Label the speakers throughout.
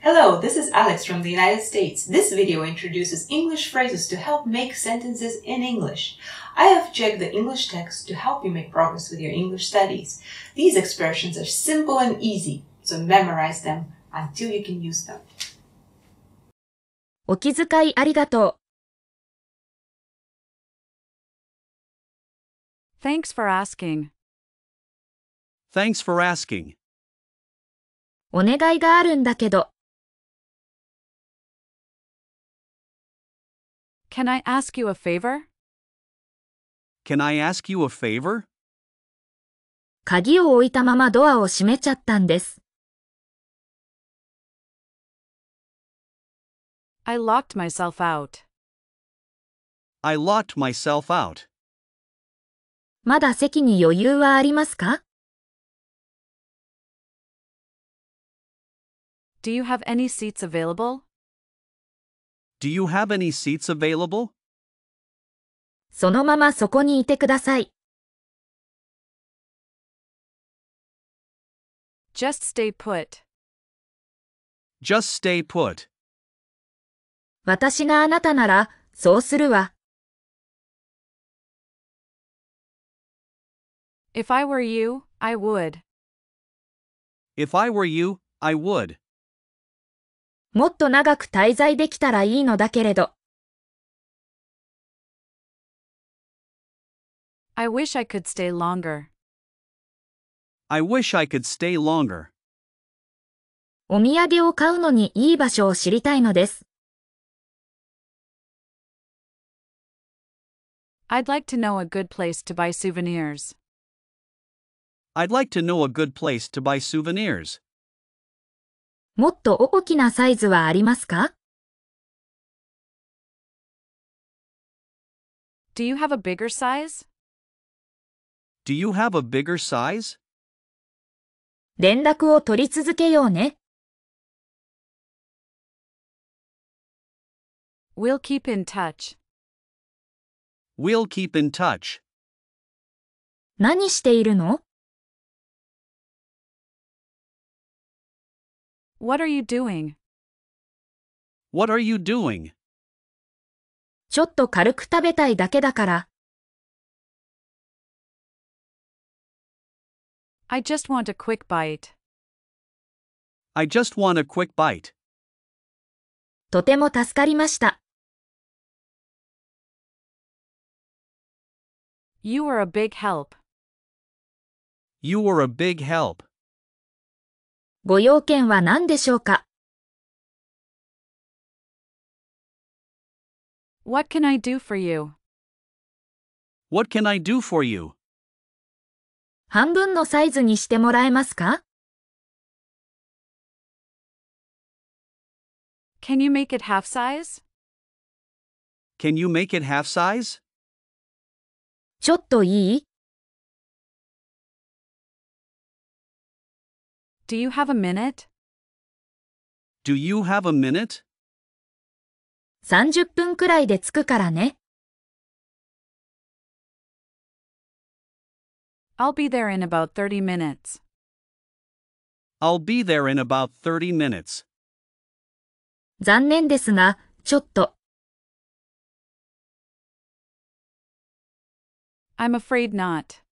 Speaker 1: Hello, this is Alex from the United States. This video introduces English phrases to help make sentences in English. I have checked the English text to help you make progress with your English studies. These expressions are simple and easy, so memorize them until you can use them.
Speaker 2: お気遣いありがと
Speaker 3: Thanks for asking.
Speaker 4: Thanks for asking.
Speaker 2: う。お願いがあるんだけど、
Speaker 3: Can I ask you a favor?
Speaker 4: Can I ask you a favor?
Speaker 2: 鍵を置いたままドアを閉めちゃったんです。
Speaker 3: I locked myself out.
Speaker 4: I locked myself out.
Speaker 2: まだ席に余裕はありますか
Speaker 3: Do you have any seats available?
Speaker 4: Do you have any seats available?
Speaker 2: そのままそこにいてください。
Speaker 3: Just stay put.
Speaker 4: Just stay put.
Speaker 2: 私があなたなら、そうするわ。
Speaker 3: If I were you, I would.
Speaker 4: If I were you, I would.
Speaker 2: もっと長く滞在できたらいいのだけれど、
Speaker 3: I wish I could stay longer.
Speaker 4: I wish I could stay longer.
Speaker 2: お土産を買うのにいい場所を知りたいのです。
Speaker 3: I'd like to know a good place to buy souvenirs.
Speaker 4: I'd like to know a good place to buy souvenirs.
Speaker 2: もっと大きなサイズはありますか
Speaker 3: Do you have a bigger size?
Speaker 4: Do you have a bigger size?
Speaker 2: 連絡を取り続けようね。
Speaker 3: We'll keep in touch.
Speaker 4: We'll keep in touch.
Speaker 2: 何しているの
Speaker 3: What are you doing?
Speaker 4: What are you doing?
Speaker 2: ちょっと軽く食べたいだけだから、
Speaker 3: I just want a quick bite.
Speaker 4: I just want a quick bite.
Speaker 2: とても助かりました。
Speaker 3: You were a big help.
Speaker 4: You were a big help.
Speaker 2: ご用件は何でしょうか
Speaker 3: What can I do for you?
Speaker 4: What can I do for you?
Speaker 2: 半分のサイズにしてもらえますか
Speaker 3: Can you make it half size?
Speaker 4: Can you make it half size?
Speaker 2: ちょっといい
Speaker 3: Do you have a minute?
Speaker 4: Do you have a minute?
Speaker 2: ?30 分くらいで着くからね。
Speaker 3: I'll be there in about 30 minutes.
Speaker 4: I'll be there in about 30 minutes.
Speaker 2: 残念ですが、ちょっと、
Speaker 3: I'm afraid not.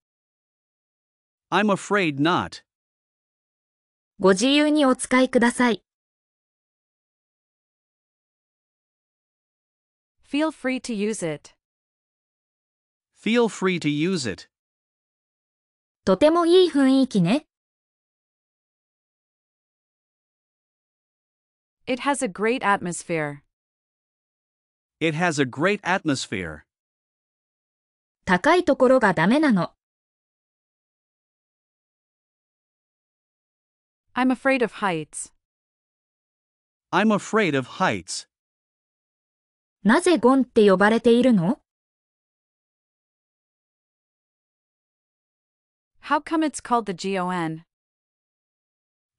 Speaker 4: I'm afraid not.
Speaker 2: ご自由にお使いください。
Speaker 3: Feel free to use it.
Speaker 4: Feel free to use it.
Speaker 2: とてもいい雰囲気ね。
Speaker 3: It has a great atmosphere.
Speaker 4: It has a great atmosphere.
Speaker 2: 高いところがダメなの。
Speaker 3: I'm afraid of heights.
Speaker 4: I'm afraid of heights.
Speaker 2: なぜゴンって呼ばれているの
Speaker 3: How come it's called the GON?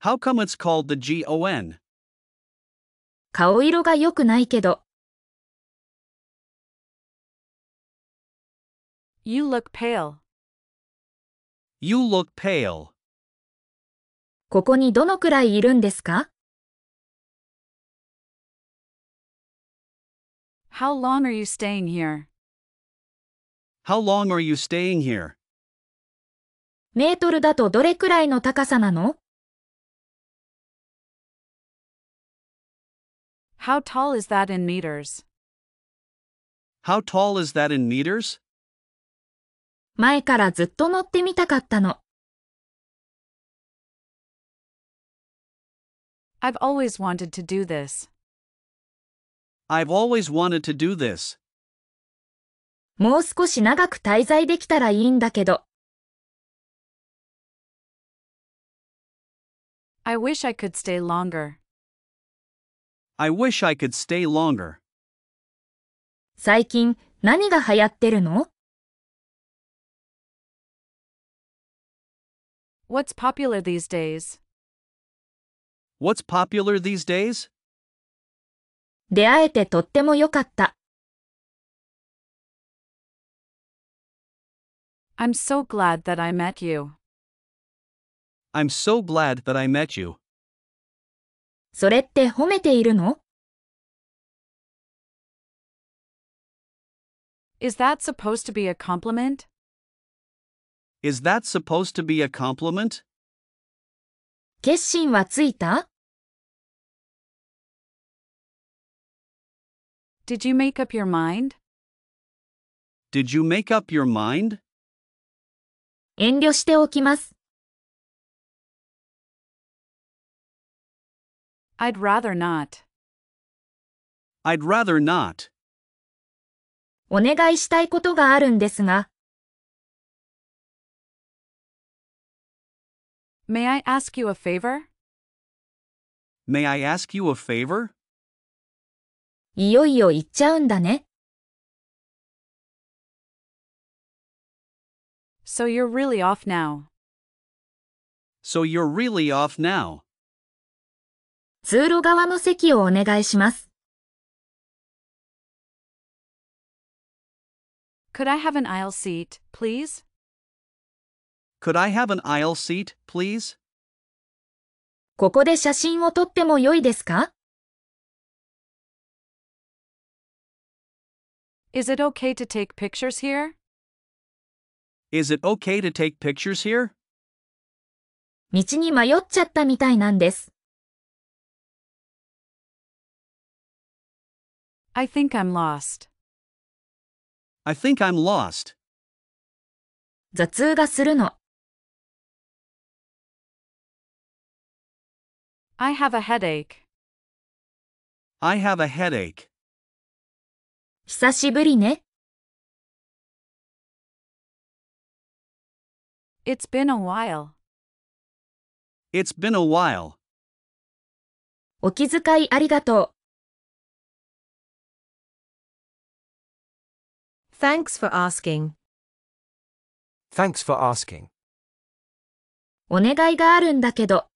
Speaker 4: How come it's called the GON?
Speaker 2: 顔色が良くないけど、
Speaker 3: You look pale.
Speaker 4: You look pale.
Speaker 2: ここにどのくらいいるんですか
Speaker 3: How long are you staying here?
Speaker 4: How long are you staying here?
Speaker 2: メートルだとどれくらいの高さなの
Speaker 3: How tall is that in meters?
Speaker 4: How tall is that in meters?
Speaker 2: 前からずっと乗ってみたかったの。
Speaker 3: I've always wanted to do this.
Speaker 4: I've always wanted to do this.
Speaker 2: もう少し長く滞在できたらいいんだけど、
Speaker 3: I wish I could stay longer.
Speaker 4: I wish I could stay longer.
Speaker 2: 最近何が流行ってるの
Speaker 3: What's popular these days?
Speaker 4: What's popular these days?
Speaker 2: 出会えてとっても良かった。
Speaker 3: I'm so glad that I met you.
Speaker 4: I'm so glad that I met you.
Speaker 2: それって褒めているの
Speaker 3: Is that supposed to be a compliment?
Speaker 4: Is that supposed to be a compliment?
Speaker 2: 決心はついた
Speaker 3: Did you make up your mind?
Speaker 4: Did you make up your mind?
Speaker 2: 遠慮しておきます。
Speaker 3: I'd rather not.
Speaker 4: I'd rather not.
Speaker 2: お願いしたいことがあるんですが、
Speaker 3: May I ask you a favor?
Speaker 4: May I ask you a favor?
Speaker 2: いよいよ行っちゃうんだね。
Speaker 3: So you're really off now.
Speaker 4: So you're really off now.
Speaker 2: 通路側の席をお願いします。
Speaker 3: Could I have an aisle seat, please?
Speaker 4: Could I have an aisle seat, please?
Speaker 2: ここで写真を撮っても良いですか
Speaker 3: Is it okay to take pictures here?
Speaker 4: Is it okay to take pictures here?
Speaker 2: 道に迷っちゃったみたいなんです。
Speaker 3: I think I'm lost.
Speaker 4: I think I'm lost.
Speaker 2: 頭痛がするの。
Speaker 3: I have a headache.
Speaker 4: I have a headache.
Speaker 2: 久しぶりね。
Speaker 3: It's been a while.
Speaker 4: It's been a while.
Speaker 2: お気遣いありがとう。
Speaker 5: Thanks for asking.
Speaker 6: Thanks for asking.
Speaker 2: お願いがあるんだけど、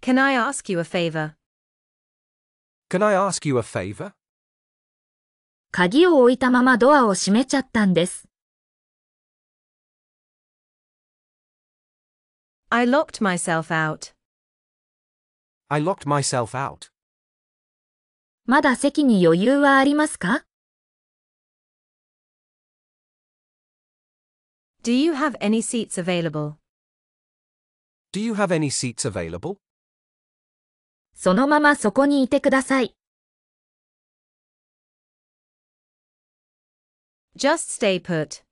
Speaker 5: Can I ask you a favor?
Speaker 6: Can I ask you a favor?
Speaker 2: 鍵を置いたままドアを閉めちゃったんです。
Speaker 5: I locked myself out.
Speaker 6: I locked myself out.
Speaker 2: まだ席に余裕はありますか
Speaker 5: Do you have any seats available?
Speaker 6: Do you have any seats available?
Speaker 2: そのままそこにいてください。
Speaker 5: Just stay put.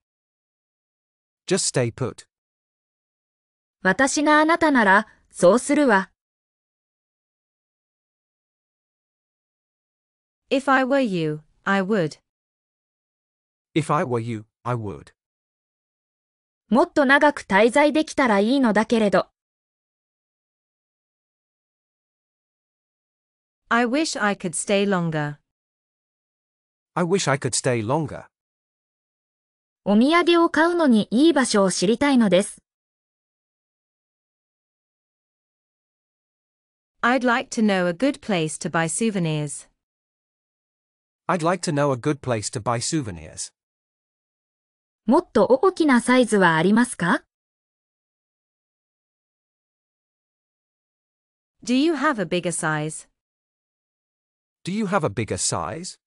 Speaker 6: Just stay put.
Speaker 2: 私があなたなら、そうするわ。
Speaker 5: If I were you, I would.
Speaker 6: If I were you, I would.
Speaker 2: もっと長く滞在できたらいいのだけれど、
Speaker 5: I wish I could stay longer.
Speaker 6: I wish I could stay longer.
Speaker 2: お土産を買うのにいい場所を知りたいのです。
Speaker 5: I'd like to know a good place to buy souvenirs.
Speaker 6: I'd like to know a good place to buy souvenirs.
Speaker 2: もっと大きなサイズはありますか
Speaker 5: Do you have a bigger size?
Speaker 6: Do you have a bigger size?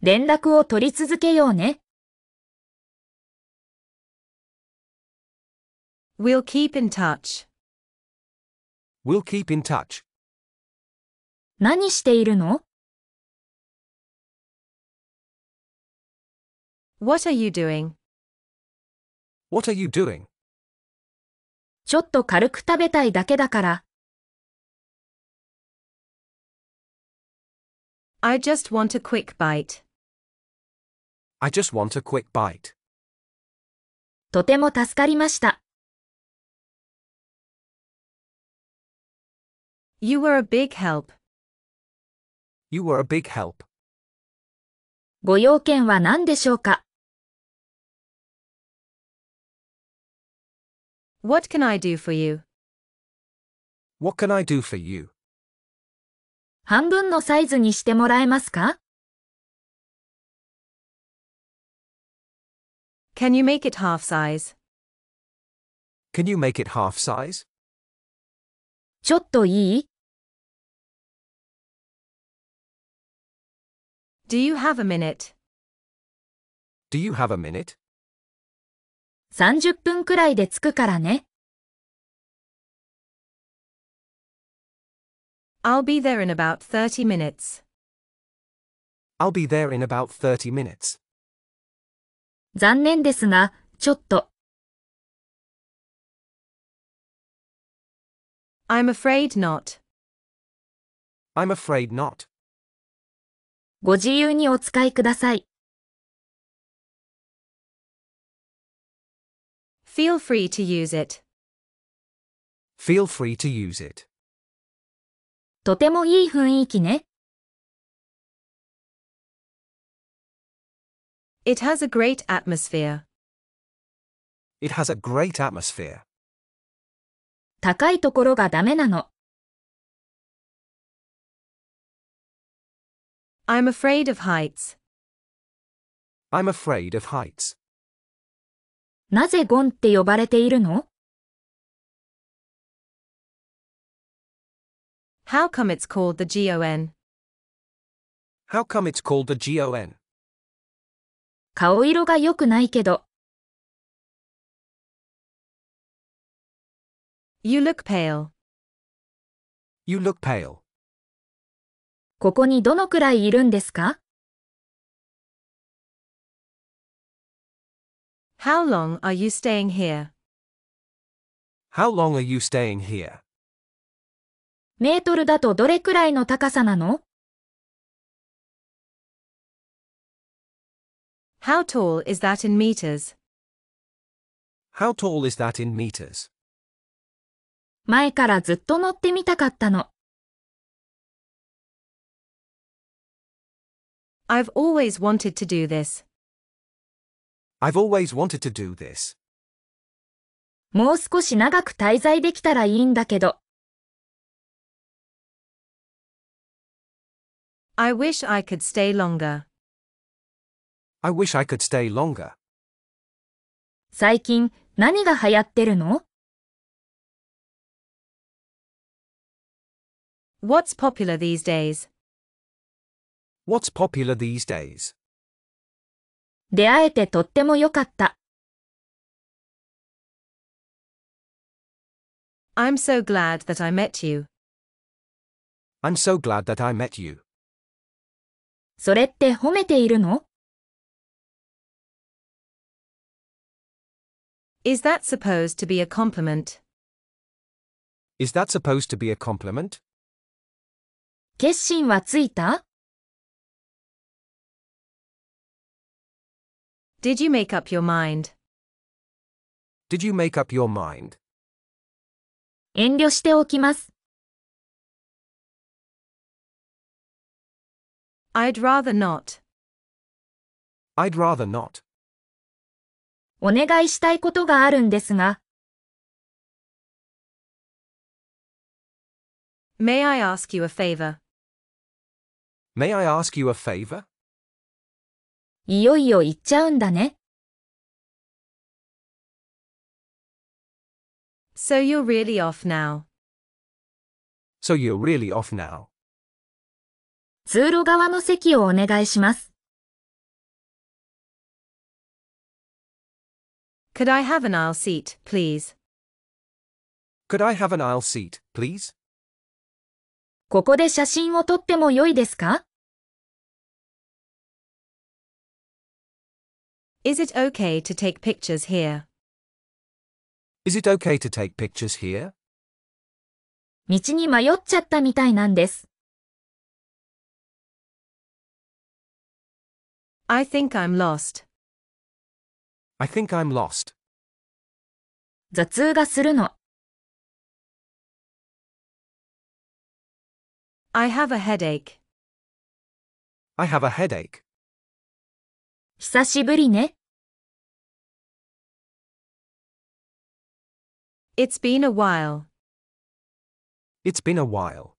Speaker 2: 連絡を取り続けようね。
Speaker 5: We'll keep in touch.
Speaker 6: We'll keep in touch.
Speaker 2: 何しているの
Speaker 5: What are you doing?
Speaker 6: What are you doing?
Speaker 2: ちょっと軽く食べたいだけだから。
Speaker 5: I just want a quick bite.
Speaker 6: I just want a quick bite.
Speaker 2: とても助かりました。
Speaker 5: You were a big help.
Speaker 6: You were a big help.
Speaker 2: ご用件は何でしょうか
Speaker 5: What can I do for you?
Speaker 6: What can I do for you?
Speaker 2: 半分のサイズにしてもらえますか
Speaker 5: Can you make it half size?
Speaker 6: Can you make it half size?
Speaker 2: ちょっといい
Speaker 5: Do you have a minute?
Speaker 6: Do you have a minute?
Speaker 2: ?30 分くらいで着くからね。
Speaker 5: I'll be there in about 30 minutes.
Speaker 6: I'll be there in about 30 minutes.
Speaker 2: 残念ですが、ちょっと。
Speaker 5: I'm afraid not.
Speaker 6: I'm afraid not.
Speaker 2: ご自由にお使いください。
Speaker 5: Feel free to use it.
Speaker 6: Feel free to use it.
Speaker 2: とてもいい雰囲気ね。
Speaker 5: It has a great atmosphere.
Speaker 6: It has a great atmosphere.
Speaker 2: 高いところがダメなの。
Speaker 5: I'm afraid of heights.
Speaker 6: I'm afraid of heights.
Speaker 2: なぜゴンって呼ばれているの
Speaker 5: How come it's called the GON?
Speaker 6: How come it's called the GON?
Speaker 2: 顔色が良くないけど、
Speaker 5: You look pale.
Speaker 6: You look pale.
Speaker 2: ここにどのくらいいるんですか
Speaker 5: How long are you staying here?
Speaker 6: How long are you staying here?
Speaker 2: メートルだとどれくらいの高さなの
Speaker 5: How tall is that in meters?
Speaker 6: How tall is that in meters?
Speaker 2: 前からずっと乗ってみたかったの。
Speaker 5: I've always wanted to do this.
Speaker 6: I've always wanted to do this.
Speaker 2: もう少し長く滞在できたらいいんだけど、
Speaker 5: I wish I could stay longer.
Speaker 6: I wish I could stay longer.
Speaker 2: 最近何が流行ってるの
Speaker 5: What's popular these days?
Speaker 6: What's popular these days?
Speaker 2: 出会えてとっても良かった。
Speaker 5: I'm so glad that I met you.
Speaker 6: I'm so glad that I met you.
Speaker 2: それって褒めているの
Speaker 5: Is that supposed to be a compliment?
Speaker 6: Is that supposed to be a compliment?
Speaker 2: 決心はついた
Speaker 5: Did you make up your mind?
Speaker 6: Did you make up your mind?
Speaker 2: 遠慮しておきます。
Speaker 5: I'd rather not.
Speaker 6: I'd rather not.
Speaker 2: お願いしたいことがあるんですが、
Speaker 5: May I ask you a favor?
Speaker 6: May I ask you a favor?
Speaker 2: いよいよ行っちゃうんだね。
Speaker 5: So you're really off now.
Speaker 6: So you're really off now.
Speaker 2: 通路側の席をお願いします。
Speaker 5: Could I have an aisle seat, please?
Speaker 6: Could I have an aisle seat, please?
Speaker 2: ここで写真を撮っても良いですか
Speaker 5: Is it okay to take pictures here?
Speaker 6: Is it okay to take pictures here?
Speaker 2: 道に迷っちゃったみたいなんです。
Speaker 5: I think I'm lost.
Speaker 6: I think I'm lost.
Speaker 2: 頭痛がするの。
Speaker 5: I have a headache.
Speaker 6: I have a headache.
Speaker 2: 久しぶりね。
Speaker 5: It's been a while.
Speaker 6: It's been a while.